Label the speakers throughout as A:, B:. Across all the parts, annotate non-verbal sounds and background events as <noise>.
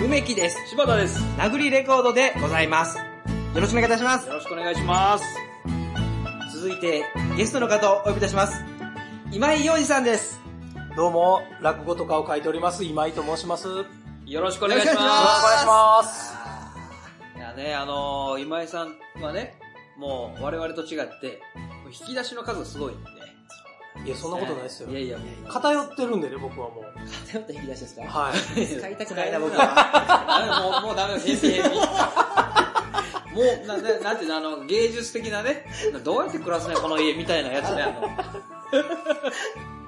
A: 梅木です。
B: 柴田です。よ
A: 殴りレコードでございます。よろしくお願いいたします。
B: ろしくお願いします。
A: 続いて、ゲストの方をお呼びいたします。今井洋二さんです。
C: どうも、落語とかを書いております、今井と申します。よろしく
B: よろしくお願いしま
A: よろしくお願い
B: す。
A: しま
C: お願いします。
B: いやね、あのー、今井さんはね、もう我々と違って、もう引き出しの数がすごいんで。
C: いや、そんなことないですよ
B: い。やいや、
C: 偏ってるんでね、僕はもう。
A: 偏った引き出しですか
B: <laughs>
C: はい。
A: 使いたくないな、僕は。
B: ダメもう、もうダメです。平気平気もう、な、ななんていうの、あの、芸術的なね、どうやって暮らすね、この家みたいなやつね、あの。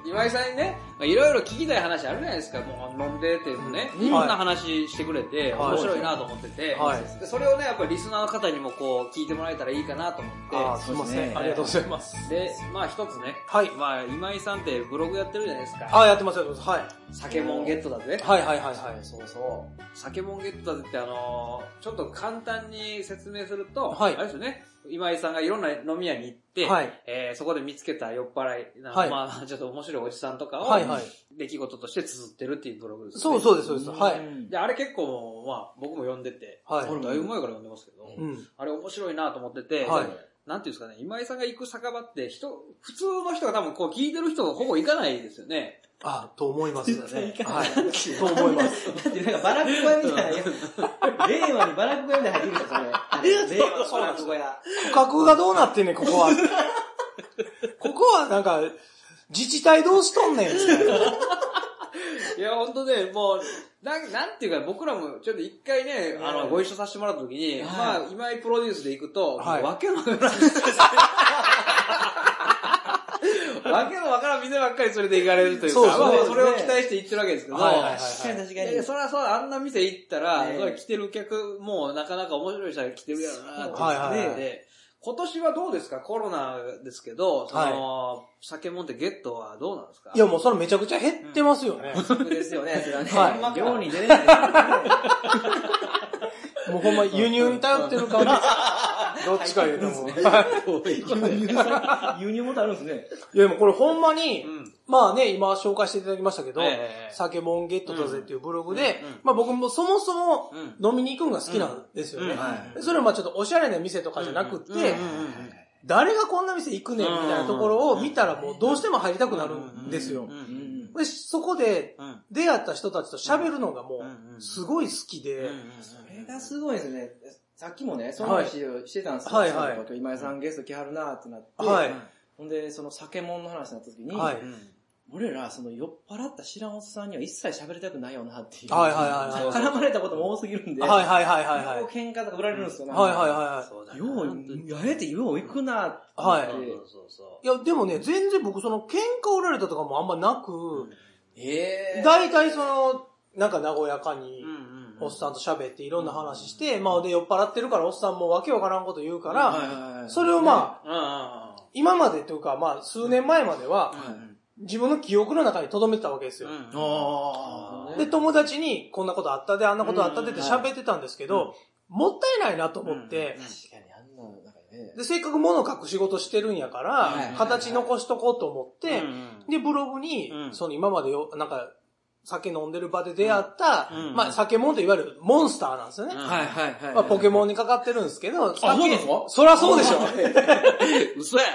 B: 今井さんにね、まあいろいろ聞きたい話あるじゃないですか、もう飲んでてもね、
C: うん
B: いろんな話してくれて、
C: はい
B: 面白いなと思ってて、
C: はい
B: でそれをね、やっぱりリスナーの方にもこう、聞いてもらえたらいいかなと思
C: あー
B: っ
C: すいません。ありがとうございます。
B: て、で、まあ一つね、
C: はい
B: まあ今井さんってブログやってるじゃないですか、
C: あー、やってます、やってます。はい。
B: 酒もんゲットだぜ。
C: はいはいはいはい。そうそう。
B: 酒もんゲットだってあのーちょっと簡単に説明すると、
C: はい
B: あれですよね、今井さんがいろんな飲み屋に行って、
C: はい
B: えーそこで見つけた酔っ払い、な
C: はい
B: まあちょっ <laughs> と面白いおじさんとかを、
C: はいはい。
B: 出来事として綴ってるっていうブログです、ね。
C: そうそうです、そうです。
B: <laughs>
C: はい。
B: で、あれ結構、まあ僕も読んでて、
C: はい
B: 俺だいぶ前から読んでますけど、
C: うん。
B: あれ面白いなと思ってて、
C: はい
B: なんていうんですかね、今井さんが行く酒場って人、普通の人が多分こう聞いてる人ほぼ行かないですよね。
C: あー、と思います。
A: 絶対行か
C: はい。と思います。
A: だってなんかバラック小屋みたいな。 <laughs> 令和にバラック小屋みたいに入って
B: <laughs>
A: るでしょ、それ。令和のバラック小屋。
C: 区画がどうなってんねん、ここは。ここはなんか、自治体どうしとんねん。
B: いや、ほんとね、もう、なん、なんていうか、僕らもちょっと一回ね、あの、ご一緒させてもらった時
A: は
B: に、
A: い
B: まあ、今井プロデュースで行くと、
C: はい
B: わけのわから
C: <laughs>
B: ん。わけのわからん店ばっかり連れて行かれるというか、
C: そうそう
B: まあまあそれを期待して行ってるわけですけど、
C: はいはい
A: 確かに確か
B: いや
A: に。
B: それはそう、あんな店行ったら、
A: ねえ
B: それ来てる客もなかなか面白い人が来てるやろなって、
C: はいはいはい
B: で、今年はどうですかコロナですけど、その、酒もんってゲットはどうなんですか <laughs>
C: いや、もうそれめちゃくちゃ減ってますよね。
A: そうですよね、それはね。
C: はい
A: ほんまか量に出れないで
C: <laughs>
A: すよね。
C: もうほんま輸入に頼ってる感じ。
B: <laughs>
C: どっちか言うともう。
D: 輸入もあるんですね。
C: いやでもこれほんまに、
B: うん。
C: まあね、今紹介していただきましたけど、
B: ええ
C: 酒もんゲットだぜっていうブログで、
B: うんうん
C: まあ僕もそもそも
B: うん
C: 飲みに行くのが好きなんですよね。
B: うん
D: は
C: それはまあちょっとおしゃれな店とかじゃなくって、
B: うんうんうんうん
C: 誰がこんな店行くねんみたいなところを見たらもうどうしても入りたくなるんですよ
B: うん。
D: うんうん
C: でそこで
B: うん
C: 出会った人たちと喋るのがも
B: うんうん
C: うすごい好きで、
A: それがすごいですね。さっきもね、その話をしてたんですよ。
C: はいはい
A: そのこと今井さんゲスト来はるなってなって。
C: はい
A: ほんで、その酒もんの話になった時に、
C: はい
A: 俺ら、その酔っ払った知らんおっさんには一切喋りたくないよなっていう。
C: はいはいはいはい。
A: 絡まれたことも多すぎるんで、
C: はいはいはいはいはい。
A: よう喧嘩とか売られるんですよね。
C: はいはいはい。
B: そうだ
A: よう、やれてよう行くなって。
C: はい
B: そうそうそ
C: いや、でもね、全然僕その喧嘩売られたとかもあんまなく、
A: ええ
C: 大体その、なんか和やかに
B: う。、ん
C: おっさんと喋っていろんな話して、まあで酔っ払ってるからおっさんもわけわからんこと言うか
A: はい
C: ら、
A: はいはい
C: それをまあ、
B: うんう
C: 今までというかまあ数年前までは、
B: んうん。
C: 自分の記憶の中に留めてたわけですよ。
B: うん
A: あー
C: で、友達にこんなことあったで、あんなことあったでって喋ってたんですけど、もったいないなと思って、
A: 確かにあんな、なんかね。
C: で、せっかく物を書く仕事してるんやか
A: はいはい
C: ら、形残しとこうと思って、
B: うんうん
C: で、ブログに、
B: うん
C: その今までよ、なんか、酒飲んでる場で出会った、
B: うんうん
C: まあ、酒もんっていわゆるモンスターなんですよね。
B: はいはい。
A: いは
C: まあ、ポケモンにかかってるんですけど、
A: あ、そうなん
C: 酒
A: ですか
C: そらそうでしょ。
B: 嘘や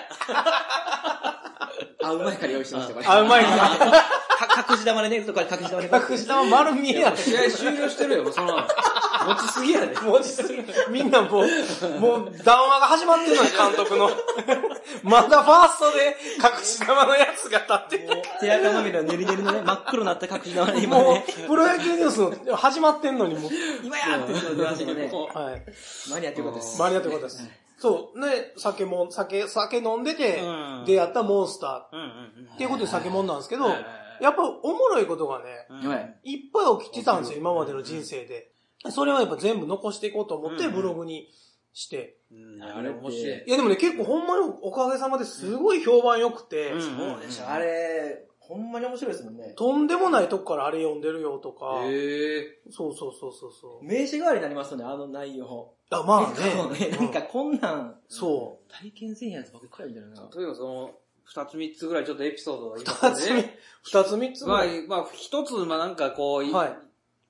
A: あ、うまいから用意してました、これ。
C: あ、うまいな。
A: か、隠し玉でね、そこで隠し玉で。
C: 隠し玉丸見えやって。
B: 試合終了してるよ、もうその、持ちすぎやで。
C: 文字数みんなもう、もう、談話が始まってるのに、監督の。まだファーストで、隠し玉のやつが立って
A: 手垢まみれのネリネリのね、真っ黒になった隠し玉で
C: て、
A: 今
C: も
A: ね。
C: う、プロ野球ニュースの始まってんのに、もう、
A: 今やって言ってましたね。
C: はい。
A: マニアってことです。
C: マニアということです。そう。ね、酒もん、酒、酒飲んでて
B: うん、
C: 出会ったモンスタ
B: うん
C: ーっていうことで酒もんなんですけど、
B: うん
C: やっぱおもろいことがね、
B: うん。
A: は。
B: はい
C: いっぱい起きてたんですよ、今までの人生で。それをやっぱ全部残していこうと思っ
B: う
C: て、
B: ん
C: ブログにして。
B: い。あれ面白い。
C: いやでもね、結構ほんまにおかげさまですごい評判良くて、
A: そうでしょ、あれ、ほんまに面白いですもんね。
C: とんでもないとこからあれ読んでるよとか、
B: へえ。
C: そうそうそうそうそう。
A: 名刺代わりになりますよね、あの内容。
C: あ、ま
A: そう
C: あね
A: ね、。なんかこんなん、
C: そ
A: 体験せんやつばっかりみたいな。
B: 例えばその、二つ三つぐらいちょっとエピソードが今
C: う。二つみ、二つ三つぐ
B: まあ
C: らい。、
B: まあ、一つ、まあなんかこう、い
C: はい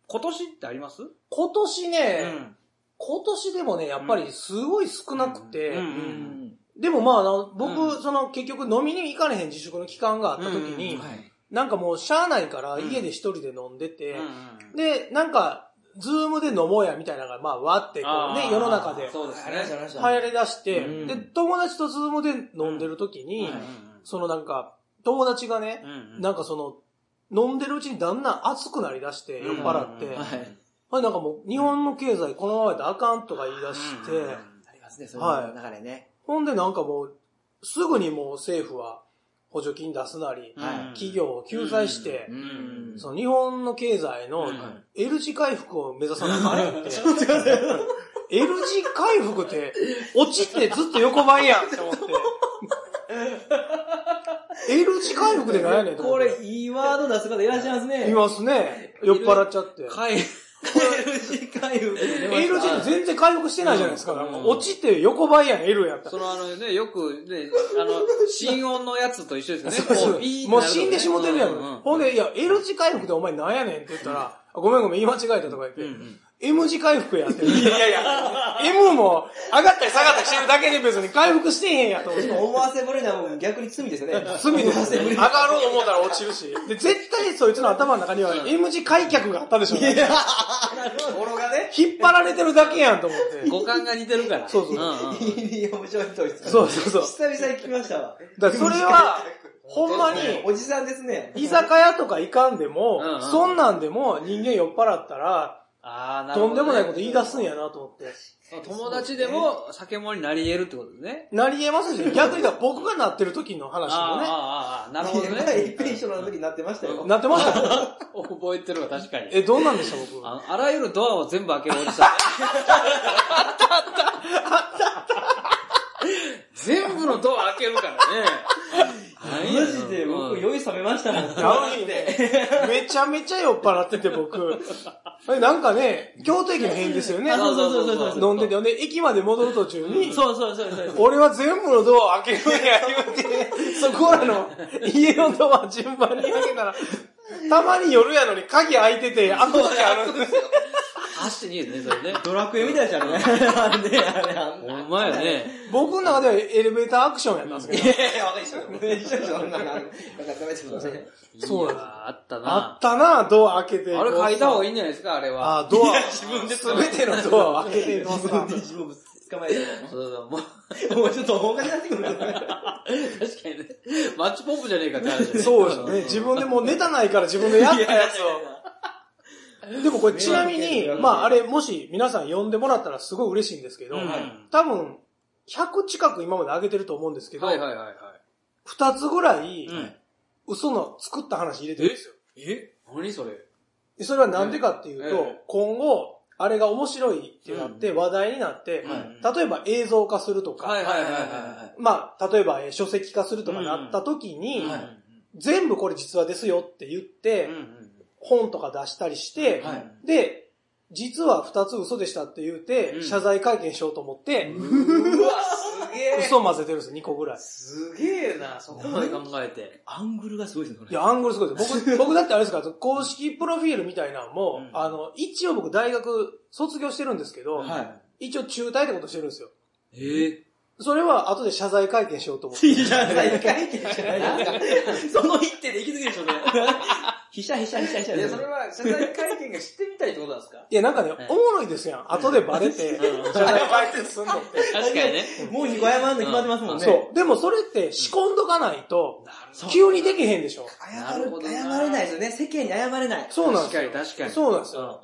B: 今年ってあります
C: 今年ね、
B: うん
C: 今年でもね、やっぱりすごい少なくて、
B: うん
A: うんうん
C: でもまああの、僕、
B: う
C: その結局飲みに行かれへん自粛の期間があった時に、
B: うん
A: はい
C: なんかもうしゃあないから
B: うん
C: 家で一人で飲んでて、
B: うん
C: で、なんか、ズームで飲もうやみたいなのが、まあ、わってこう
B: あ
C: ね、
B: ー
C: 世の中で
B: そうです
A: ありました、あ
B: ね。
A: りました。
C: 流行り出して、
A: うん
C: で、友達とズームで飲んでる時に、
A: うんはい
C: そのなんか、友達がね、なんかその、飲んでるうちにだんだん熱くなりだして、酔っ払って、
B: うん
A: はい。
C: はい、なんかもう、日本の経済このままやったらあかんとか言い出して、
B: うん
A: ありますね、そういう流れね。
C: ほんでなんかもう、すぐにもう政府は補助金出すなり、
A: はい
C: 企業を救済して、
A: うん
C: その日本の経済の
B: うん
C: L 字回復を目指さなあかん
B: <laughs>
C: って。L 字回復って、落ちてずっと横ばいやんって思って。L 字回復で何やねんと思
A: こ
C: って
A: れ、いいワード出す方いらっしゃいますね。
C: いますね。酔っ払っちゃって。
B: 回
A: これ L 字回復出ました
C: L 字に全然回復してないじゃないですか。
B: うん
C: 落ちて横ばいやん、L やったら
B: そのあのね、よくね、あの、心音のやつと一緒ですよね。
C: そう
B: こうピーって
C: もう
B: なるとね
C: 死んでしもてるやん。
B: うう
C: ほんで、いや、L 字回復でお前なんやねんって言ったら、あごめんごめん、言い間違えたとか言って、
B: うんうん
C: M 字回復やって。いやいや、M も上がったり下がったりしてるだけで別に回復してへんやと思って。
A: 今思わせぼれなもん逆に罪ですよね。
C: 罪で
A: 思わせぼ
C: 上
A: れ
C: がろうと思ったら落ちるし。で、絶対そいつの頭の中には M 字開脚があったでしょうね、
A: ところがね、
C: 引っ張られてるだけやんと思って。
B: 五感が似てるから。
C: そうそうん
B: ん
A: いい面白い人です。
C: そうそうそう。
A: 久々に聞きましたわ。
C: だからそれは、ほんまに、
A: おじさんですね。
C: 居酒屋とか行かんでも、
B: うんうん
C: そんなんでも人間酔っ払ったら、
B: あーなる
C: と
B: ほ
C: ん
B: ど
C: でも
B: ね
C: ないこと言い出すんやなと思って。
B: 友達でも酒盛りになり得るってことですね。
C: なり得ますし、逆に言ったら僕がなってる時の話もね、
B: あーあーあー、なる
A: そ
B: ほ
A: うで
B: ど
A: すね、いっぺん
B: ね。
A: 一緒の時になってましたよ。
C: なってましたよ
B: 覚えてるわ、確かに。
C: え、どうなんでした僕。
B: あのあらゆるドアを全部開けるおじさん。あったあったあったあった全部のドア開けるからね。
A: マジで僕
B: よ
A: 酔い冷めましたもん。
C: あの日ね、めちゃめちゃ酔っ払ってて僕。えなんかね、京都駅の辺ですよね
A: あ。そうそうそうそう
C: 飲んでて、ほんで、駅まで戻る途中に、
A: そうそうそうそう。
C: 俺は全部のドア開けるんや、言うて、そこらの家のドア順番に開けたら、たまに夜やのに鍵開いてて、あの時あるんですよ。
B: 走って逃げてね、それね。
A: ドラクエみたいじゃんね。あれあれあん
B: ほ
A: な。
B: んまやね。
C: 僕の中ではエレベーターアクションやったんですけど、
A: いやいや、わかりました。一緒でしょ、そんなの。なんかダメですもんね。
C: そうなんです
B: あった
C: あ
B: な
C: っ。たな、ドア開けて。
B: あれ書いた方がいいんじゃないですか、あれは。
C: あ、ドア。自分で全てのドアを開けていますか。
A: <laughs> 自分で捕まえて
B: そうそう <laughs> もう
A: もうちょっと本格になってくるね。
B: 確かにね。マッチポップじゃねえかって話だね
C: そうですね。自分でもうネタないから自分でやったやつを。 <laughs> でもこれちなみ
A: 迷惑
C: に
A: や、な
C: まああれ、もし皆さん呼んでもらったらすごい嬉しいんですけど、
B: うん
C: 多分、100近く今まで上げてると思うんですけど、
B: はいはいはいはい。
C: 2つぐらい、
B: うん
C: 嘘の作った話入れてるん
B: え
C: ですよ。
B: え何それ
C: でそれはなんでかっていうと、
B: ええ
C: 今後、あれが面白いってなって、話題になって、
B: は
C: 例えば映像化するとか、
B: はいはいはいは
C: まあ、例えば、えー書籍化するとかなった時
B: い。
C: に、
B: うん
C: 全部これ実はですよって言って、本とか出したりして、
B: はい
C: で、実は二つ嘘でしたって言うて、
B: うん
C: 謝罪会見しようと思って、
A: うわ、すげえ。
C: 嘘混ぜてるんです、2個ぐらい。
A: すげえな、そ
B: ここまで考えて。
A: アングルがすごいですね、
C: いや、アングルすごいです。
B: <laughs>
C: 僕、僕だってあれですから、公式プロフィールみたいなのも、
B: うん
C: あの、一応僕大学卒業してるんですけど、
A: は
C: 一応中退ってことしてるんですよ。
B: <laughs> え
C: それは後で謝罪会見しようと思っ
A: い。
C: て。
A: いいじゃない、一回転じゃないですか。その一手で行き過ぎでしょうね。ひしゃひしゃひしゃひしゃ。
D: いや、それは謝罪会見が知ってみたいってことなんですか
C: いや、なんかね、
B: はい
C: おもろいですやん。後でバレ
B: <laughs>
C: て、
B: うん
C: 謝罪会見すんのって。
B: 確かにね。
A: もう2個山あるの決まってますもんね。
C: そう。でもそれって仕込んどかないと、
A: そう
C: 急にできへんでしょ。
A: 謝
B: なる
A: る
B: ほどな
A: 謝れないですよね。世間に謝れない。
C: そうなんです
B: 確かに
C: よ。
B: 確かに。
C: そうなんですよ。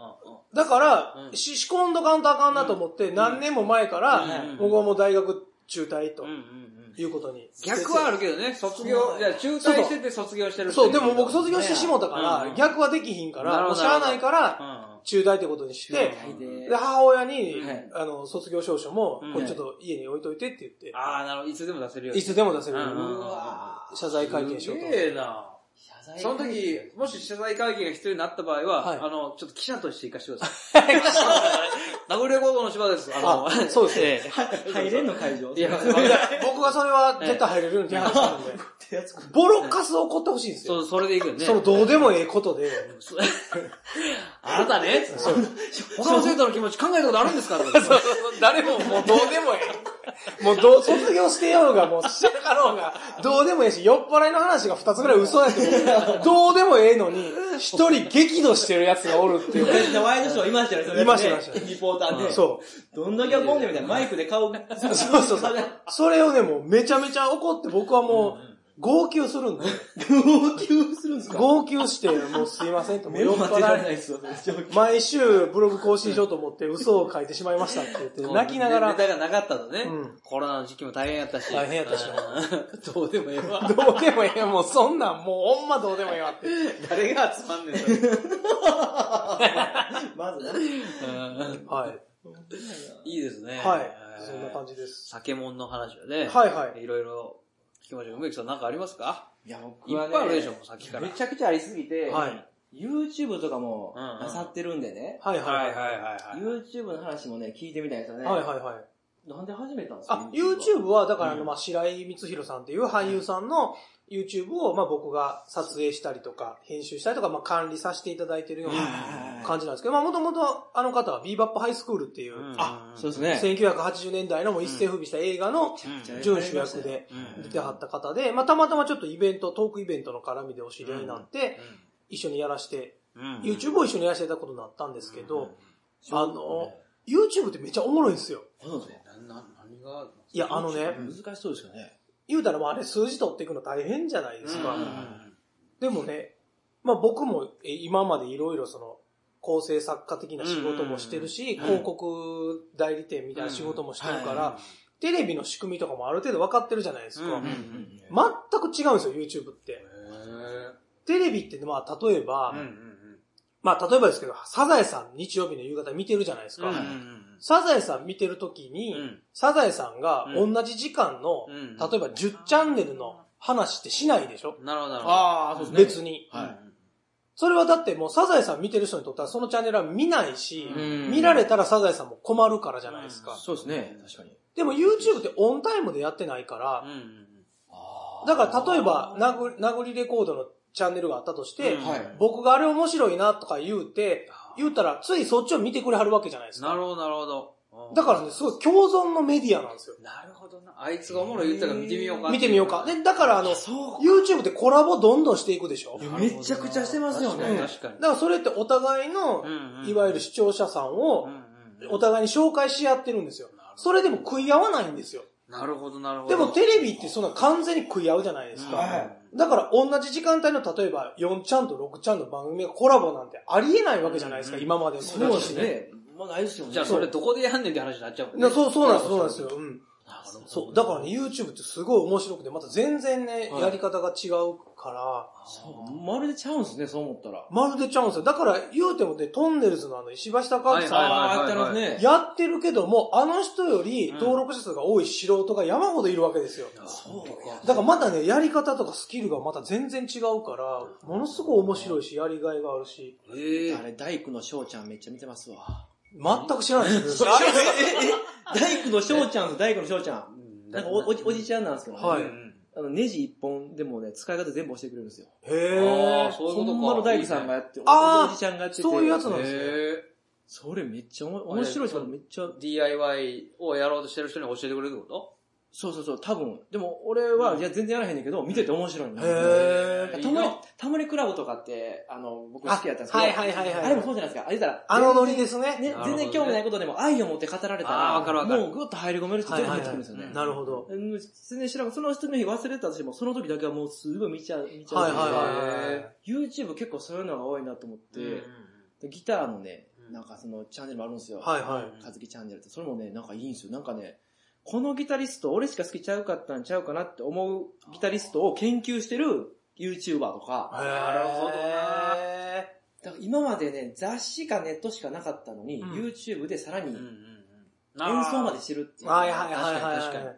C: だから、
B: うん
C: し仕込んどかんとあかんなと思って、何年も前から、
B: うん
C: 僕はもう大学中退と
B: うんうんうん
C: いうことに。
B: 逆はあるけどね、卒業、いや、中退してて卒業してる人
C: そう、
B: いる
C: でも僕卒業してしもたから、
B: うん
C: 逆はできひんか
B: な
C: ら、
B: る
C: も
B: ほ
C: う
B: ど
C: しゃあないか
B: う
C: ら、
B: ん
C: 中退ってことにして、
A: はいで
C: で、母親に、
B: はい
C: あの、卒業証書も、
B: うん
C: これちょっと家に置いといてって言って、
B: ああ、なるほど。いつでも出せるように。
C: いつでも出せるように
B: うんうん
A: うわ
C: 謝罪会見しようと
B: す
C: 思って。
B: げえな
A: 謝罪
B: その時、もし謝罪会見が必要になった場合は、
C: はい
B: あの、ちょっと記者として行かせてください。名古屋高校の芝です。あの、
C: あそうですね
B: ええ
A: 入れんの会場
B: いや、
C: いや僕はそれは絶対入れるように手配してるんで。
A: ってやつく
C: ボロカスを怒ってほしいんですよ。
B: そう、それでいくよね。
C: そのどうでもええことで、
B: そあなたね、他の生徒の気持ち考えたことあるんですかと
C: そ
B: か
C: うそう誰ももうどうでもええ。もうどう卒業してようが、もうしてなかろうが、どうでもええし、酔っ払いの話が2つぐらい嘘やけ <laughs> ど、どうでもええのに、一人激怒してる奴がおるっていう。
A: ワイドショーいましたよね、それ、ね。
C: いましたいました
A: リポーターで。。
C: そう
A: どんだけ怒んねんみたいな。マイクで顔、
C: う。
A: <laughs>
C: そうそうそう。それをね、もうめちゃめちゃ怒って僕はもう、号泣するんで。
A: 号泣するんですか
C: 号泣して、もうすいませんと。 <laughs> もう
A: 目
C: 酔
A: も
C: っ
A: 当
C: 払
A: て
C: い
A: られないっすよ、それ
C: 毎週ブログ更新しようと思って嘘を書いてしまいましたって言って、泣きながら、
B: ネタがなかったのね
C: うん。
B: コロナの時期も大変やったし。
C: 大変やったし
B: うん。 <laughs> どうでもええわ。
C: どうでもええよ、もうそんなん、もうほんまどうでもええわって。
B: 誰が集まんねん、それ
A: まずね。
B: うん
C: はい。
B: いいですね。
C: はい。そんな感
B: じ。
C: じです。
B: 酒もんの話はね。
C: はいはい。
B: いろいろ聞きましょう。梅木さんなんかありますか
A: いや、僕
B: いっ
A: は
B: ぱ
A: ね。
B: いあるでしょ、もうさっきから。
A: めちゃくちゃありすぎて、
C: はい。
A: YouTube とかも
B: うんうん
A: なさってるんでね、
C: はいはいはい。
B: いは
A: YouTube の話もね、聞いてみたいですよね。
C: はいはいはい。
A: なんで始めたんですか
C: あ、YouTube は、だからあの、まあ、白井光弘さんっていう俳優さんの YouTube を、まあ、僕が撮影したりとか、編集したりとか、まあ、管理させていただいてるような感じなんですけど、まあ、もともとあの方はビーバップハイスクールっていう、
A: あ、そう
B: う
A: ですね。
C: 1980年代のもう一世風靡した映画の
B: ん
C: 準主役で出てはった方で、まあ、たまたまちょっとイベント、トークイベントの絡みでお知り合いになって、一緒にやらして、YouTube を一緒にやらせていただくことになったんですけど、あの、YouTube ってめっちゃおもろいんですよ。
A: そうですね。
B: な、な、何が、
C: いや、あのね、
A: 難しそうですよね。
C: 言うたらまああれ数字取っていくの大変じゃないです
B: う
C: か。
B: ん
C: でもね、まあ僕もえ今までいろいろその、構成作家的な仕事もしてるし、
B: うん
C: 広告代理店みたいな仕事もしてるか
B: うんは
C: ら、テレビの仕組みとかもある程度分かってるじゃないです
B: うんう
C: か
B: ん。
C: 全く違うんですよ、YouTube って。テレビってまあ例えば
B: うん、うん
C: まあ例えばですけど、サザエさん日曜日の夕方見てるじゃないです
B: うん。
C: か。サザエさん見てる時に、サザエさんが
B: うん
C: 同じ時間の、
B: うん
C: 例えば10チャンネルの話ってしないでしょ
B: なるほど、なるほど。
A: ああ、そうですね。
C: 別に。
A: は
C: それはだってもうサザエさん見てる人にとってはそのチャンネルは見ないし、
A: うん
C: 見られたらサザエさんも困るからじゃないですか。
B: うん
A: そうですね。確かに。
C: でも YouTube ってオンタイムでやってないから、
B: うんうん
A: あー
C: だから例えば、殴り殴りレコードのチャンネルがあったとして、
B: うん
A: はい。
C: 僕があれ面白いなとか言うて、言うたらついそっちを見てくれはるわけじゃないで
B: うん
C: す
B: なる
C: か。
B: ほど、なるほど。
C: だからね、すごい共存のメディアなんですよ。
B: なるほどな。あいつがおもろい言ったから見てみようか。
C: 見てみようか。で、だからあの、
A: そ
C: YouTube ってコラボどんどんしていくでしょ
A: いやめちゃくちゃしてますよね
B: 確かに確かに
C: だからそれってお互いの、いわゆる視聴者さんを、お互いに紹介し合ってるんですよ。それでも食い合わないんですよ。
B: なるほど、なるほ
C: で
B: ど。
C: もテレビってそんな完全に食い合うじゃないです
B: うん
C: か。だから同じ時間帯の例えば4ちゃんと6ちゃんの番組がコラボなんてありえないわけじゃないですか、
B: うん
C: 今までの
A: そうですね。まあないですよね。
B: じゃあそれどこでやんねんって話になっちゃうもん
C: な
B: ね。
C: そう、そうなんです、そうなんですよ。うん。
B: なるほど
C: そう。だからね、YouTube ってすごい面白くて、また全然ね、
A: はい
C: やり方が違うから、
A: そう。まるでちゃうんですね、そう思ったら。
C: まるでちゃうんですよ。だから言うてもね、トンネルズのあの石橋貴明さん
B: はいはい
A: あーってなりますね。
C: <laughs> やってるけども、あの人より登録者数が多い素人が山ほどいるわけですよ。
A: そうか。
C: だからまたね、やり方とかスキルがまた全然違うから、ものすごい面白いし、やりがいがあるし、
B: ええ
A: あ。れ、大工の翔ちゃんめっちゃ見てます
B: <laughs>
A: わ。
C: 全く知らない
A: <laughs>
C: ですね。
A: 大工の翔ちゃんです、大工の翔ちゃん。なんかおおじおじちゃんなんですけどね。
C: はい
A: あの、ネジ一本でもね、使い方全部教えてくれるんですよ。
C: へぇ
B: あー
C: ー。
B: そういうこと
A: ほ
B: か
A: んまの大工さんがやって、
C: あ
A: お
C: ー
A: じちゃんがやってて。
C: そういうやつなんですね。
B: ええ。
A: それめっちゃおも面白いですよ、めっちゃ。
B: DIY をやろうとしてる人に教えてくれるってこ
A: そうそうそう、多分。でも俺は、いや、全然やらへんねんけど、見てて面白いんだ
C: へ
B: ー
A: たまに、たまにクラブとかって、あの、僕好きやったんですけど、
C: はいはいはいはい。
A: あれもそうじゃないですか。あれだら、。
C: あのノリですすね。
A: ね
B: なるほ、ど
A: 全
B: ね
A: 然興味ないことでも愛を持って語られた
B: あー
A: ら、
B: わかるわかる
A: もうぐっと入り込める人全部入ってくるんですよね。
B: はいはい
C: なるほど。
A: うん全然知らん。その人の日忘れたとしても、その時だけはもうすごい見ちゃう、見ちゃう。
C: はいはいはい。
A: YouTube 結構そういうのが多いなと思って
B: と、
A: ギターのね
B: う、ん
A: なんかそのチャンネルもあるんですよ。
C: はいはい。
A: かずきチャンネルって、それもね、なんかいいんですよ。なんかね、このギタリスト、俺しか好きちゃうかったんちゃうかなって思うギタリストを研究してる YouTuber とか、
C: な
B: るほどな
A: だから今までね、雑誌かネットしかなかったのに、
C: うん
A: YouTube でさらに
B: うんうん
A: 演
B: うん。
A: 奏までしてるっていう。
C: はいはいはいはい。
B: 確かに確かに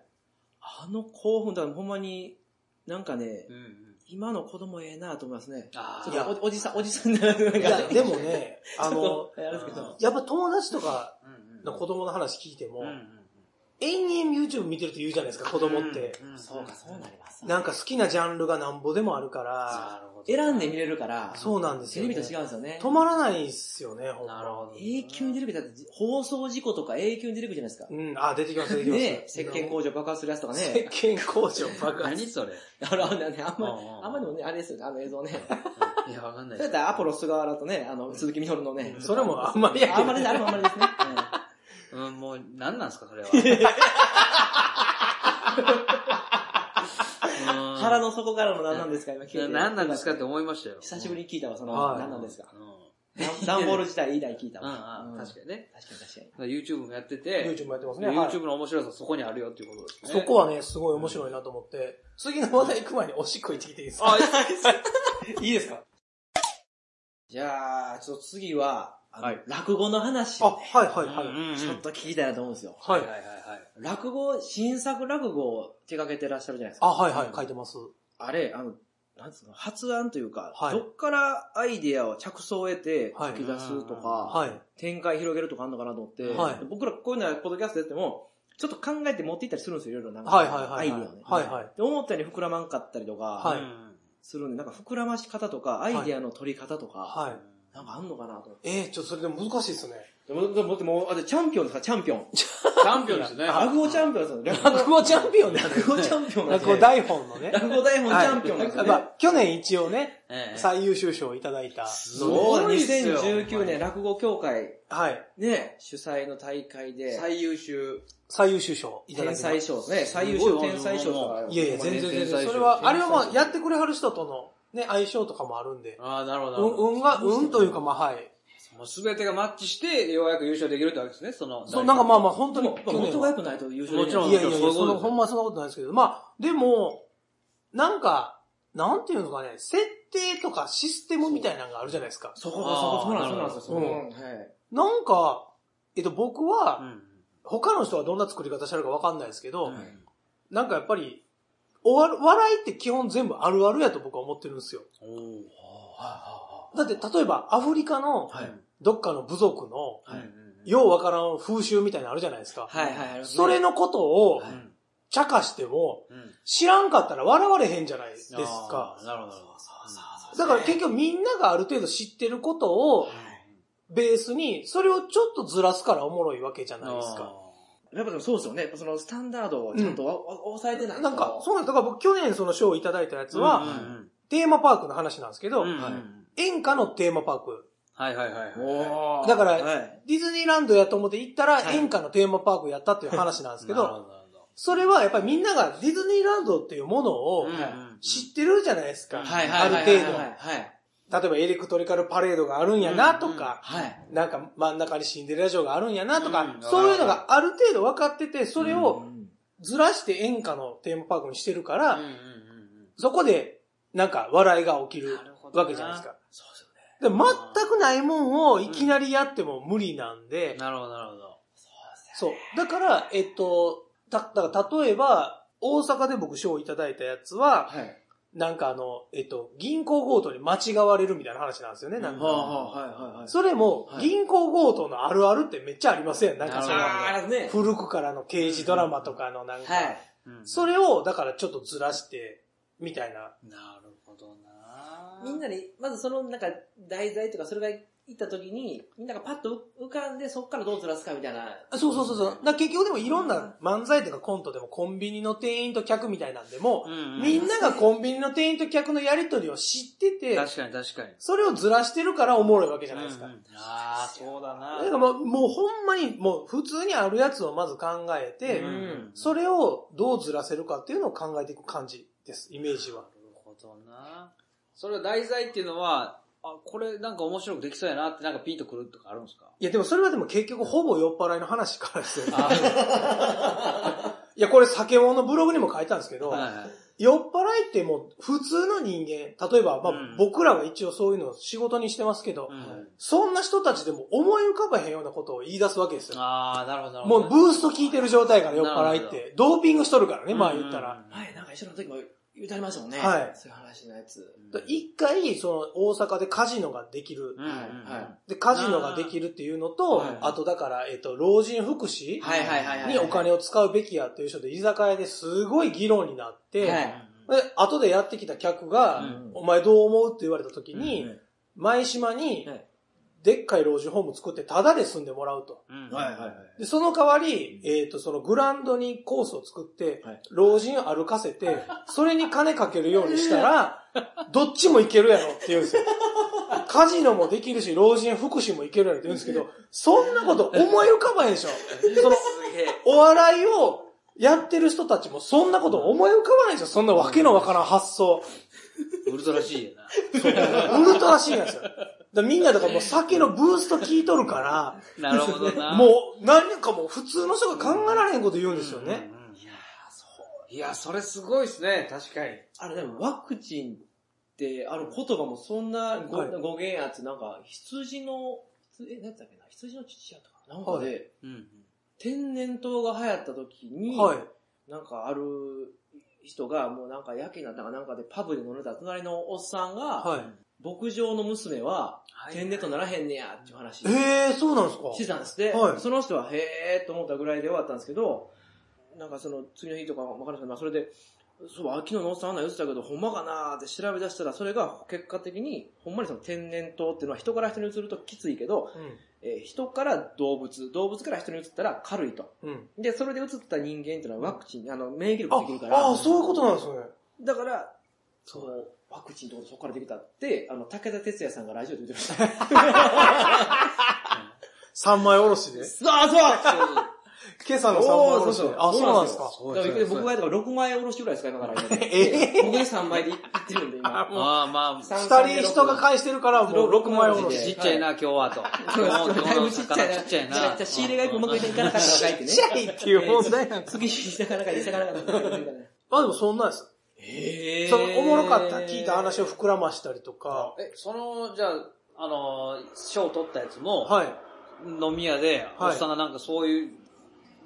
A: あの興奮だ、ほんまに、なんかね、
B: うんうん。
A: 今の子供ええなと思いますね。
B: あ
A: ちょ
C: いや
B: あ。
A: っとおおじさん、おじさんになる
C: いや、でも、ね、あ
A: <laughs> あの
C: の、、
A: あれですけど。
C: やっぱ友達とか
B: うんうん
C: の子供の話聞いても
B: うんう、ん
C: 延々 YouTube 見てると言うじゃないですか、子供って。
B: うん
A: そうか、そうなります。
C: なんか好きなジャンルがなんぼでもあるから、
B: なるほど。
A: 選んで見れるから、
C: そうなんです
A: テ
C: よ、
A: レ
C: ね。
A: ビと違うんですよね。
C: 止まらないっすよね、ほんま
B: なるほど。
A: 永久に出てくるだって、放送事故とか永久に出てくるじゃないですか。
C: うん、あ、出てきます、出てきます。
A: ね石鹸工場爆発するやつとかね。
C: 石鹸工場爆発。
B: 何それ
A: あのあのね、あんまり、あ
B: あ
A: んまりもね、あれですよね、あの映像ね。
B: いや、わかんな
A: そ
B: いう
A: やったらアポロ菅原とね、あの、鈴木みのるのね。
C: それもあんまりやけ
A: あ
C: ど
A: んまりね、あれもあんまりですね。
B: うん、もう、何なんすか、それは。
A: うん
B: 腹
A: <laughs> 腹の底からの何なんですか、今聞いて。
B: 何なんですかって思いましたよ。
A: 久しぶりに聞いたわ、その、
C: はい
A: 何なんですか。
B: うん。
A: ダンボール時代以来聞いた
B: うん、
A: わ。
B: うん、確かにね。
A: 確かに確かに。
B: YouTube もやってて、
C: YouTube もやってますね。はい
B: YouTube の面白さそこにあるよっていうことです
C: そ
B: ね。
C: こはね、すごい面白いなと思って、次の話題行く前におしっこ行ってきていいですか
B: あ、
C: いいですか
A: じゃあ、ちょっと次は、あの
B: はい
A: 落語の話
C: あ、
A: をね、
C: はいはいはい。
A: ちょっ
B: は
A: と聞きたいなと思うんですよ。
C: はい
B: はい
C: い。
B: はいはい。
A: 落語、新作落語を手掛けてらっしゃるじゃないですか。
C: あ、はいはい、書いてます。
A: あれ、あの、なんつうの、発案というか、
C: はい
A: どっからアイディアを着想を得て書き出すとか、
C: はい。
A: 展開広げるとかあるのかなと思って、
C: はい
A: 僕らこういうのはポッドキャストやっても、ちょっと考えて持っていったりするんですよ、いろいろなんか。
C: はいはいはい。
A: アイディアをね。
C: はいはい。
A: で思ったより膨らまんかったりとか、
C: はい
B: うん
A: するんで、なんか膨らまし方とか、アイディアの取り方とか、
C: はい。
A: なんかあんのかなと思って。
C: えー、ちょっとそれでも難しいですね。
A: でも、でも、でも、あとチャンピオンですか、チャンピオン。
B: チャンピオンですね。
A: 落語チャンピオンですよ。
C: 落語チャンピオンですね
A: 落語チャンピオンなん
C: 落
A: で
C: 語台本のね。
A: 落語台本チャンピオンなんですよね。
C: まあ、去年一応ね、
B: ええ
C: 最優秀賞をいただいた。
B: す
A: そう、
B: ごいっすよ
A: 2019年落語協会、
C: はい。
A: ね、主催の大会で、
B: 最優秀。
C: 最優秀賞いただ
A: 天
C: きまし
A: 才賞ですね。最優
B: す
A: 秀
B: ごい
A: 天才賞とか。
C: た。いやいや、全然全
B: 天才
C: 然。
B: 賞
C: それは、あれはま
A: 天才
C: あ、
A: 賞
C: やってくれはる人との、ね、相性とかもあるんで。
B: ああ、なるほ
C: う
B: ど。なるほど
C: ん、運が、運というか、まあ、はい。
B: もう全てがマッチして、ようやく優勝できるってわけですね、その。
C: そう、なんかまあまあ、
A: 本
C: 本当
A: 当
C: に
A: に、ま
C: 去
A: あ元
C: 年は。
A: が良くないと優勝できない
B: もちろん
C: いやいやいや、
B: そういうこ
C: その
B: とですよ
C: ほんまそんなことないですけど。まあ、でも、なんか、なんていうんですかね、設定とかシステムみたいなのがあるじゃないですか。
A: そこが、そこ、そうなんですよ、そう
C: あー
A: なんですよ。はい
C: なんか、えっと、僕
B: う
C: は、
B: ん。
C: 他の人はどんな作り方してるかわかんないですけど、
B: うん
C: なんかやっぱり、おわ笑いって基本全部あるあるやと僕は思ってるんですよ。
B: おー
C: だって、例えばアフリカの
A: はい
C: どっかの部族の、
A: はい
C: ようわからん風習みたいなのあるじゃないですか。
A: はいはいありますね。
C: それのことを
A: はい、
C: 茶化しても、知らんかったら笑われへんじゃないですか。
B: なるほど。
C: だから結局みんながある程度知ってることをベースに、それをちょっとずらすからおもろいわけじゃないですか。
A: やっぱでもそうですよね。やっぱそのスタンダードをちゃんとわわ抑えてないと。
C: なんか、そうなんです。だから僕去年その賞をいただいたやつは、テーマパークの話なんですけど、
A: はい
C: 演歌のテーマパーク。
B: はいはいはい。
A: おー
C: だから
A: はい
C: ディズニーランドやと思って行ったら
A: はい
C: 演歌のテーマパークやったっていう話なんですけ
B: なるほ
C: ど、
B: なるほど
C: それはやっぱりみんながディズニーランドっていうものを
B: うんうん
C: 知ってるじゃないですか。
A: はいはいはい。
C: ある程度
A: はいはい。
C: 例えばエレクトリカルパレードがあるんやなとか、
A: はい。
C: なんか真ん中にシンデレラ城があるんやなとか
B: う、ん
C: そういうのがある程度分かってて、それ
A: う
C: を
A: ん
C: ずらして演歌のテーマパークにしてるから、
B: うんうんうん
C: そこでなんか笑いが起き
B: うん
C: る
B: なるほど
C: わけじゃないですか。
A: そうですよね。
C: で全くないもんをいきなりやっても無理なんで、
B: なるほど、なるほど。
C: そう。だから、えっと、た、だから例えば、大阪で僕賞をいただいたやつは、
A: はい。
C: なんかあの、えっと、銀行強盗に間違われるみたいな話なんですよね、なん
A: は
C: か。
A: あはあはいはいはい。
C: それも、
A: はい
C: 銀行強盗のあるあるってめっちゃありますよね、なんかその
B: なるほど
A: あーあれですね。
C: 古くからの刑事ドラマとかのなんか、
A: はい。
B: うん
C: それをだからちょっとずらして、みたいな。
B: なるほどな
A: みんなで、まずそのなんか題材とかそれがいった時に、みんながパッと浮かんでそこからどうずらすかみたいな。
C: あそうそうそうそう。だから結局でもいろんな漫才とかコントでもコンビニの店員と客みたいなんでも、みんながコンビニの店員と客のやりとりを知ってて、
B: 確かに確かに。
C: それをずらしてるからおもろいわけじゃないですか。
B: うんうんああ、そうだな
C: だからもうもうほんまにもう普通にあるやつをまず考えて、
A: うん
C: それをどうずらせるかっていうのを考えていく感じです、イメージは
B: な。るほどな。それは題材っていうのは、あ、これなんか面白くできそうやなってなんかピンとくるとかあるんですか
C: いやでもそれはでも結局ほぼ酔っ払いの話からですよね。
B: あ
C: <laughs> いやこれ酒物のブログにも書いたんですけど、
B: はいはい
C: 酔っ払いってもう普通の人間、例えばまあ
B: うん
C: 僕らは一応そういうのを仕事にしてますけど、
B: うん
C: そんな人たちでも思い浮かばへんようなことを言い出すわけですよ。
B: ああ、なるほどなる
C: も
B: ほ
C: う
B: ど。
C: ブースト効いてる状態から酔っ払いっ
B: なる
C: て、ドーピングしとるからね、まあ言った
B: うん
C: ら。
B: うんうん。
A: 前なんか一緒の時も言うてありましたもんね。
C: はい
A: そういう話のやつ。
C: だから一回、その、大阪でカジノができる。
B: うんうんうん
A: は
C: で、カジノができるっていうのと、
B: あーはい
C: あとだから、えっと、老人福祉
B: はいはいはいはい。
C: にお金を使うべきやっていう人で、居酒屋ですごい議論になって、
A: は
B: はいい。
C: で、後でやってきた客が、
B: うん
C: お前どう思うって言われた時に、
A: うん
C: 前島に
A: はい、
C: でっかい老人ホーム作って、タダで住んでもらうと。
B: うん
A: はいはいはい。
C: で、その代わり、えっ、と、そのグラウンドにコースを作って、
A: はい
C: 老人歩かせて、それに金かけるようにしたら、 <laughs> どっちもいけるやろって言う
A: <laughs>
C: んですよ。カジノもできるし、老人福祉もいけるやろって言うんですけど、そんなこと思い浮かばへんでしょ。その、お笑いをやってる人たちもそんなこと思い浮かばないんですよ。そんなわけのわからん発想。
B: ウルトラしいよな。
C: ウルトラシーンなんですよ。だからみんなだからもう酒のブースト聞いとるから、
B: なるほどな。
C: もう何かもう普通の人が考えられへんこと言うんですよね。
B: うんうん。いや
D: いや、それすごいですね、確かに。
A: あれでもワクチンって、あの言葉もそんな語,、
C: はい
A: 語源やつ、なんか羊の、羊え、何やったっけな、羊の父やったかな。なんかで、
B: うん
A: 天然痘が流行った時に、
C: はい。
A: なんかある人が、もうなんかやけになったかなんかでパブで飲んでた隣のおっさんが、
C: は
A: 牧場の娘は
B: はい
A: 天然痘ならへんねやっていう話
C: い。へえ、そうなんですか
A: してたんですって、
C: はい
A: その人はへーと思ったぐらいで終わったんですけど、なんかその次の日とかわかんないですけど、まあそれで、そう、あ昨日のおっさんあんなん言ってたけど、ほんまかなーって調べ出したら、それが結果的に、ほんまにその天然痘っていうのは人から人に移るときついけど、えー人から動物、動物から人に移ったら軽いと。
C: うん。うん。
A: で、それで移った人間っていうのはワクチン、あの、免疫力できるか
C: あ
A: ら
C: あ、、そういうことなんですね。
A: だから、その、ワクチンとかそこからできたって、あの、武田鉄矢さんがラジオで言ってま
C: <laughs>
A: した。
C: 三枚おろしで。
A: そうそう <laughs>
C: 今朝の三枚おろし
A: そう
C: で
A: そう。
C: あ、そうなんですか。
A: だから僕がだから6枚おろしぐらいですか、今から。
C: え
A: 僕で3枚でいってるんで、今。
B: まあまあ、
A: 三
C: 二人人が返してるから、もう
A: ろ
C: 六
A: く
C: 枚お
A: そ
C: ろ
A: う
C: し
A: です
B: ち
C: で。
B: っちゃいな、今日はと。
A: そうです
B: 今
A: だ
B: 日
A: い
B: の
A: ぶ <laughs> ちっちゃい
B: 魚
A: な。
B: ちっちゃいな。
A: じゃあ仕入れが一個うまくいっていかなかったから
C: <laughs>
A: 書いてね。
C: いっていう問題なんです。
A: 次、下からか、下からか。
C: まあでもそんなんです。
A: へ
C: そのおもろかった、聞いた話を膨らましたりとか。
B: え、その、じゃあ、あのー、賞を取ったやつも、
C: はい。
B: 飲み屋で、
C: はい
B: おっさんがなんかそういう、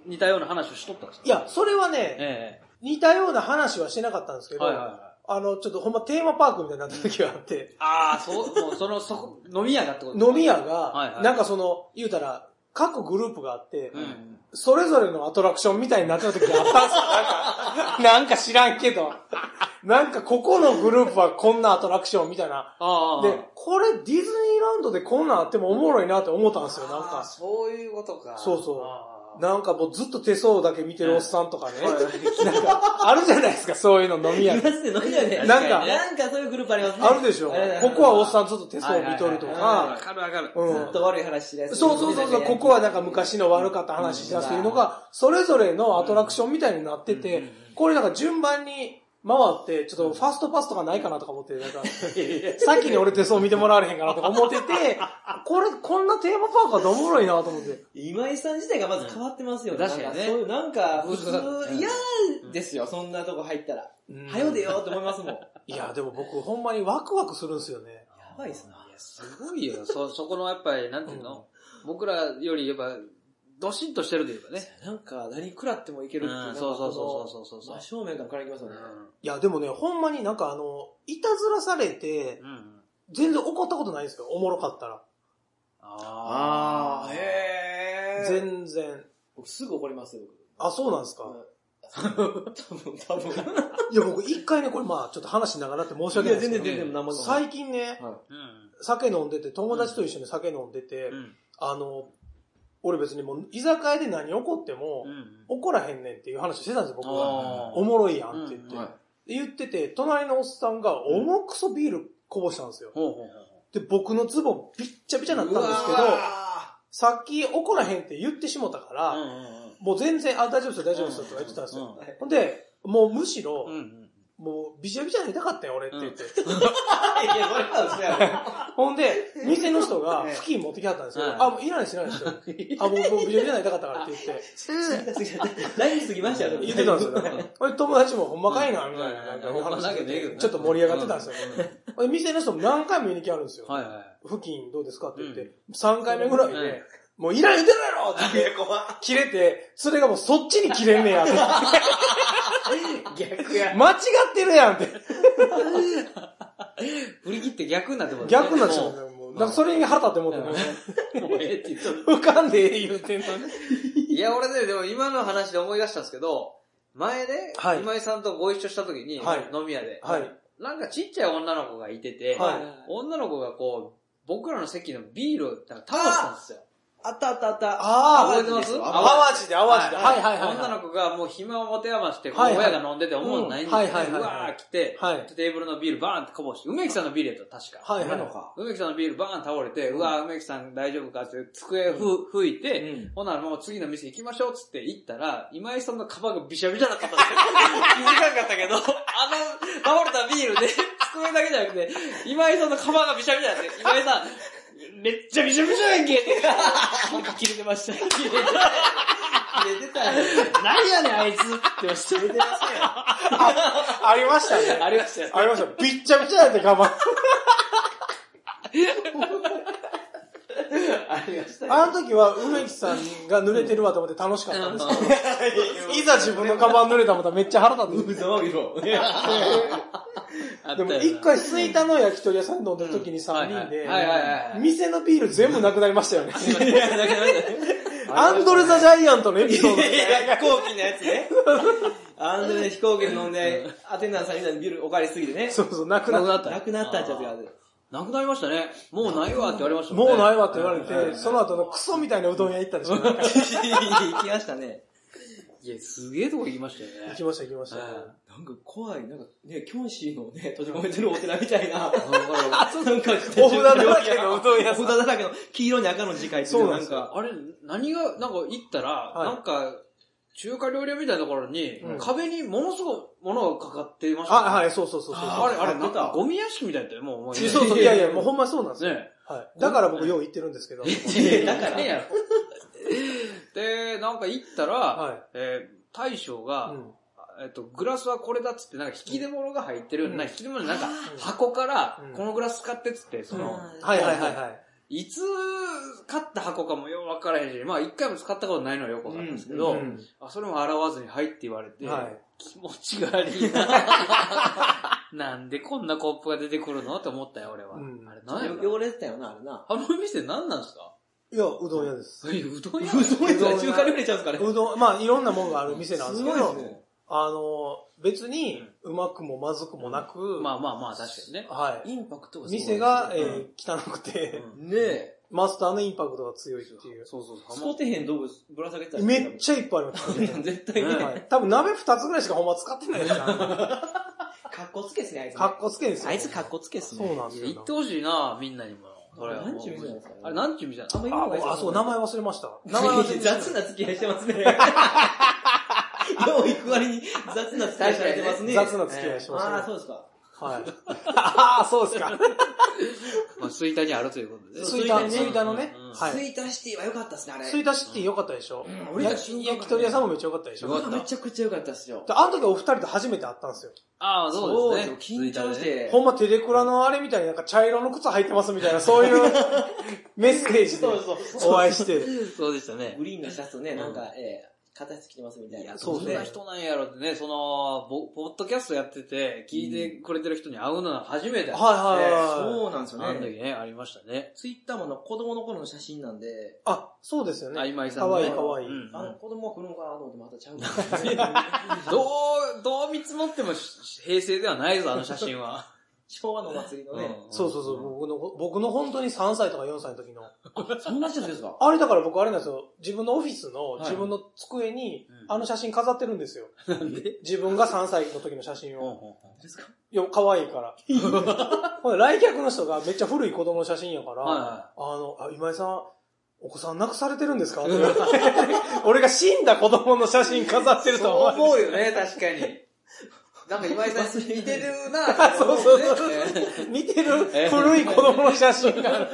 B: 似たような話をしとったんですか
C: い、や、それはね、
B: え
C: 似たような話はしてなかったんですけ
B: え
C: ど、
B: はいはい
C: あ
B: はい。
C: の、ちょっとほんまテーマパークみたいになった時があって、
B: ああ、そう、もう
C: <laughs>
B: その、そこ、飲み屋だってこと
C: 飲み屋
B: はいは
C: が、
B: い
C: なんかその、言うたら、各グループがあって
B: う、ん。
C: それぞれのアトラクションみたいになってた時があったんですよ。なんか、なんか知らんけど。なんかここのグループはこんなアトラクションみたいな。
B: ああ。
C: で、これディズニーランドでこんなんあってもおもろいなって思ったんですよ、なん
D: あー
C: か。
D: そういうことか。
C: そうそう
D: あー
C: なんかもうずっと手相だけ見てるおっさんとかね。なんか、あるじゃないですか、そういうの飲み
A: い
C: 屋
A: ま
C: に。
B: <laughs>
A: すね、飲み屋で。
C: なんか
A: なんかそういうグループありますね。
C: あるでしょ。ここはおっさんずっと手
B: は
C: 相
B: いはいはい、
C: 見とると
B: わ
C: か。
B: かるわかる。
C: うん
A: ずっと悪い話してるやつ。
C: そうそうそうそう、ここはなんか昔の悪かった話しだすというのが、それぞれのアトラクションみたいになって
B: うんうん
C: て、これなんか順番に回って、ちょっとファストパスとかないかなとか思って、 <laughs> なんか、先に俺手相見てもらわれへんかなとか思って <laughs> て、これ、こんなテーマパークはどもろいなと思って。
A: 今井さん自体がまず変わってますよね。
B: うん確かにね
A: なんかそういう、なんか、普
B: う
A: 通、
B: ん
A: 嫌ですよ、そんなとこ入ったら。
C: うん
A: はよ出ようと思いますもん。や
C: いや、でも僕ほんまにワクワクするんですよね。
A: ばいっすな。
B: いや、すごいよ。そ、 <laughs> そこのやっぱり、なんていうの、僕らよりやっぱ、どしんとしてるというかね。
A: <laughs> なんか、何食らってもいけるっていう。
B: うんそうそうそううそうそうそ
A: 真
B: う
A: 正面からからいきますよね。
C: いや、でもね、ほんまになんかあの、いたずらされて、
B: うんうん。
C: 全然怒ったことないんですよ。おもろかったら。
B: あ
A: ー
B: ー
A: へー
C: 全然。
A: 僕すぐ怒りますよ、
C: あ、そうなんですか。
A: 僕。多分、多分。
C: いや、僕一回ね、これまあ、ちょっと話しながらって申し訳ないですけど、
B: いや全然全然
A: 何も最
C: 最近ね、
B: うん。
C: 酒飲んでて、友達と一緒に酒飲んでて、
B: うん。
C: あの、俺別にもう、居酒屋で何起こっても、
B: うん。
C: 怒らへんねんっていう話をしてたんですよ、僕は。
B: あ
C: おもろいやんって言って。
B: うんはい
C: で言ってて、隣のおっさんが、重くそビールこぼしたんですよ。
B: ほうほうほう
C: で、僕のズボンびっちゃびちゃになったんですけど、さっき怒らへんって言ってしもたから、
B: うんうん
C: もう全然、あ、大丈夫ですよ、大丈夫ですよとか言ってたんですよ。
B: うん
C: ほんで、もうむしろ、
B: うん。うん
C: もうびちゃびちゃになりたかったよ、俺って言って。
A: いや、それは嘘やろ。
C: ほん <laughs> で、店の人が布巾持ってきはったんですよ。
B: はい
C: あ、もういらないです、いら <laughs> ないですよ。あ、もうもうびちゃびちゃになりたかったからって言 <laughs> って。
A: 過ぎた過ぎた。ライン過ぎましたよ、
C: 言ってたんですよ。俺友達もほんまかいな、みたいな。
B: うん
C: なんかお
B: ほんま
C: 話
B: な
C: し
B: わ
C: て
B: けねえけど
C: て
B: な
C: ちょっと盛り上がってたんですよ。ほんで店の人も何回も言いに来はるんですよ。
B: はいはい。
C: 付近どうですかって言っ
B: う
C: て。3回目ぐらいで、もういらん言うてるやろって言って切れて、それがもうそっちに切れんねや <laughs> って。
D: 逆や。
C: 間違ってるやんって。
B: 振り切って逆になってもらってね
C: 逆になっちゃう
B: も
C: ね。もうだからそれに腹立って思ってもう
B: うもうええって言って
C: 浮かんでええ言うてんのね。
B: いや、俺ね、でも今の話で思い出したんですけど、前ね、
C: はい
B: 今井さんとご一緒した時に、
C: はい
B: 飲み屋で、
C: はい。
B: なんかちっちゃい女の子がいてて、
C: はい
B: 女の子がこう、僕らの席のビールをなんか倒したんですよ。
A: あったあったあった。
C: ああ
B: 覚えてます
C: 淡路で淡路で。はいはいはい。
B: 女の
C: 子。
B: 子がもう暇を持て余して、こう
C: はいはい
B: 親が飲んでて思うないんです
C: うん
B: よ、
C: はいはいはいはいう
B: わー来て、
C: はい
B: テーブルのビールバーンってこぼして、梅木さんのビールやった確か。
C: はい
A: な
C: は
A: いの。か。
B: 梅木さんのビールバーン倒れて、うわー、梅木さん大丈夫かって、机ふ、拭いて、
A: うん
B: ほなもう次の店行きましょうっつって行ったら、今井さんのカバンがびしゃびしゃだったんですよ。気づかんかったけど、あの、倒れたビールで、机だけじゃなくて、今井さんのカバンがびしゃびしゃだって、今井さん、めっちゃびしゃびしゃやんけって。なんか切れてました。切れて
D: 入れてたやん。
B: た。何やねんあいつってまし
D: 入れてましたやん。
C: <laughs> ありました
B: た。
C: ね。
B: ありましたよ。
C: ありました。びっちゃびちゃやって我慢。
D: ありましたやん。
C: あの時は梅木さんが濡れてるわと思って楽しかったんですけど、 <laughs> いざ自分のカバン濡れたもたらめっちゃ腹立って。
D: ざわぎろ。
B: あった
C: で
B: よ
C: も
B: な
C: 一回、スイタの焼き鳥屋さんで飲んでる時に
B: は
C: 3
B: いはい
C: 人で、
B: はいはいはい。
C: 店のビール全部なくなりましたよね。
B: いやだけど
C: アンドレ・ザ・ジャイアントのエピソード <laughs> で。
A: 飛行機のやつね。あんで飛行機で飲んで、アテンダントさんみたいにビールおかわりしすぎてね。
C: そうそう、なくな
B: な
C: っ
B: く
C: た。
B: な
A: な
B: った。
A: くなったんちゃうやつが
B: なくなりましたね。もうないわって言われました
C: もうない
B: わ。
C: わって言われて、その後のクソみたいなうどん <laughs> 屋行ったでしょ。
A: ある。 <laughs> 行きましたね。
B: いや、すげえとこ行きましたよね
C: 行。きました行きました。
A: なんか怖い、なんかね、キョンシーのね、閉じ込めてるお寺みたいな。
B: あ
A: なんか、お札
C: お札だらけのうどん屋
A: お
C: さん。
A: 札だらけの黄色に赤の字書いて
C: そ
A: る、
C: うな
A: なんん
C: ですよ
A: か。
B: あれ、何が、なんか行ったら、
C: はい
B: なんか、中華料理屋みたいなところに、
C: うん
B: 壁にものすごいものがかかってましたね、
C: あ、はい、そうそうそうそう。
B: あれ、あれ、
A: か
B: な
A: かっ
B: ん
A: てた
B: かゴミ屋敷みたいだったよ、もう思い出
C: そうそう、いやいや、もうほんまそうなんですよ。
B: ね
C: はい。だから僕よう言ってるんですけど。はい。
A: いやだから
B: ねやろ。 <laughs> で、なんか行ったら、えー大将が、
C: うん
B: えっと、グラスはこれだっつって、なんか引き出物が入ってるような、
C: うん
B: なんか引き出物なんか
C: ん
B: 箱から
C: うん、
B: このグラス使ってっつって、その、
A: うん
C: はいはいはいはい。
B: いつ買った箱かもよう分からへんし、まあ一回も使ったことないのはよくわかるんですけど、
A: うん
B: あそれも洗わずに入って言われて、
C: はい
B: 気持ちが悪いな。なんでこんなコップが出てくるのって思ったよ、俺は。
C: うん
B: あれ何や
A: よ
B: ろ
A: 汚れてたよな、あれな。
B: あの店何なんですか
C: いや、うどん屋です。
B: そういううどん屋
A: すごい
C: どん屋
A: 中華料理ちゃうんすかね。
C: うどん、まあいろんなもんがある店なんですけ
A: すごいで
C: ど
A: すね、
C: あの、別にうまくもまずくもなく、
B: まあまあまあ、確かにね。
C: はい。
A: インパクトがすごいですね。
C: 店が、え
A: うん
C: ー汚くて、
A: ねえ。
C: マスターのインパクトが強いっていう。
B: そうそう
A: 使
B: そう
A: てへん動物ぶら下げてた
C: めっ
A: ゃ。
C: ちゃいっぱいありま
A: <laughs>
C: した。
A: 絶対
B: ね
A: ね。
C: はい多分鍋二つぐらいしかほんま使ってないですから、
A: かっこつけっすね、あいつね。
C: かっこつけんですよ。
A: あいつかっこつけっすね。
C: そうなん
B: う。
C: で
B: い
C: す
B: や
C: よ。
B: 行ってほしいな、みんなにも。それは
A: なんちゅう店なんですかね
B: あれ、なんちゅう店なんです
A: あん
B: か
A: ま言わない方がいいっす
C: あ、
A: よ
C: あ、そう、名前忘れま <laughs> した。名前忘れました。
A: 雑な付き合いしてますね。よう行く割に雑な付き合いされてますね。
C: 雑な付き合いしましたね
A: ああ、そうですか。
C: はい。ああ、そうですか。
B: まあ、吹田にあるということで。
C: スイター、スイターのね
B: うん。
C: はい。
A: スイータシティは良かったっすね、あれ。
C: スイターシティ良かったでしょ
A: ん俺たち
C: 焼焼き鳥屋さんもめっちゃ良かったでし
B: 良か
C: ょ
B: っ
A: うわめちゃくちゃ良かったっすよ。
C: であの時お二人と初めて会ったんですよ。
B: ああ、そうですね。
A: そうですよ緊張し
B: 吹田でね。
A: て。
C: ほんまテレクラのあれみたいになんか茶色の靴履いてますみたいな、そういうメッセージでお会いして。
B: そうでしたね。
A: グリーンのシャツをね、なんか、ええ、形着てますみたい
B: いや
A: な。、
B: そ
C: そ
B: ん
C: う
B: な人なんやろってね、その、ぼポッドキャストやってて、聞いてくれてる人に会うのは初めてだった
C: は
B: ん
C: い
B: で
C: はいはい
A: そうなんです
B: あ
A: よ
B: の
A: ね。
B: 時ね、ありましたね。
A: ツイッターもあの子供の頃の写真なんで、
C: あ、そうですよ
B: あ、
C: ね。
B: 今井さ
C: か
B: んの
C: わ
B: ね。
C: いいかわいい。
B: うん
A: あの子供は来るのかなと思ってまたちゃうか
B: どう、どう見積もってもし平成ではないぞ、あの写真は。
A: 昭和のお祭りのね。
C: <laughs> そうそうそう、僕の、僕の本当に3歳とか4歳の時の。
A: そんな写真ですか
C: あれだから僕あれなんですよ。自分のオフィスの
A: い
C: 自分の机に
B: うん
C: あの写真飾ってるんですよ。
B: うん。なんで
C: 自分が3歳の時の写真
B: うんうん
C: を。
A: ですか
C: いや、可愛い
B: <laughs>
C: から。ほら来客の人がめっちゃ古い子供の写真やから、
B: はいはい
C: あの、あ、今井さん、お子さん亡くされてるんですかって言われて <laughs>
B: <laughs>
C: 俺が死んだ子供の写真飾ってると思われて
D: 思うよね、確かに。なんか今井
C: <laughs>
D: さん似てるなぁと思ね
C: そうそう
B: <laughs>
C: 似てる古い子供の写真がある。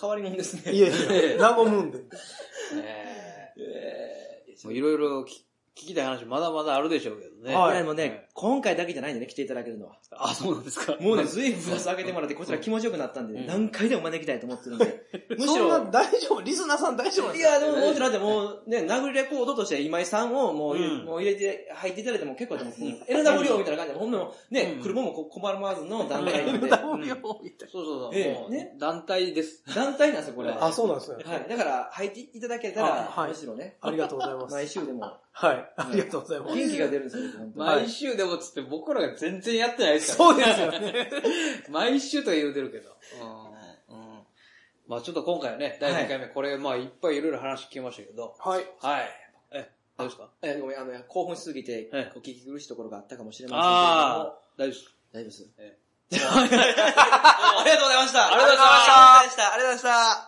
A: 変わり者ですね。
C: いやいや、和む
B: <laughs>
C: んで。
B: ねえ
A: ええ
B: もういろいろ聞き聞きたい話まだまだあるでしょうけど。どね。
C: はい
A: いや、でもね、今回だけじゃないんでね、来ていただけるのは。
B: あ、そうなんですか。
A: もうね、ずいぶんプラス上げてもらって、こちら気持ちよくなったんでね、
B: うん
A: 何回でも招きたいと思ってるんで。むし
C: そん
A: ろ
C: な、大丈夫リスナーさん大丈夫な
A: <laughs>
C: ん
A: い
C: ですか
A: や、でも、もちろんだってもうね、殴りレコードとして今井さんをもう、
B: うん
A: もう入れて、入っていただいても結構だと思うんです。NWO みたいな感じで、ほんのね、
B: うん
A: 車もこ困らずの団体なんで、
B: うんそうそうそう。
A: ええ
B: もう
A: ね
B: 団体です。
A: 団体なんですよ、これ。
C: あ、そうなんですね。
A: はい。だから、入っていただけた
C: あは
A: ら、
C: い
A: むしろね、
C: ありがとうござい <laughs> ます。
A: 毎週でも、
C: はい。ありがとうございます。
A: 元気が出るんですよ、本当に。
B: 毎週でもつって僕らが全然やってないですから、
C: そうですよね。
B: 毎週とは言うてるけど。うんうんまあちょっと今回はね、第2回目、これ、まあいっぱいいろいろ話聞きましたけど。
C: はい。
B: はい。え、大丈夫ですか
A: えごめん、あの、興奮しすぎて、
B: はい
A: お聞き苦しいところがあったかもしれませんけれども
B: ああ、大丈夫です。
A: 大丈夫です。
B: え
A: あ
B: <laughs>
A: りがとうございました。
B: ありがとうございまし
A: あ
B: た
A: りがとうございました。ありがとうございました。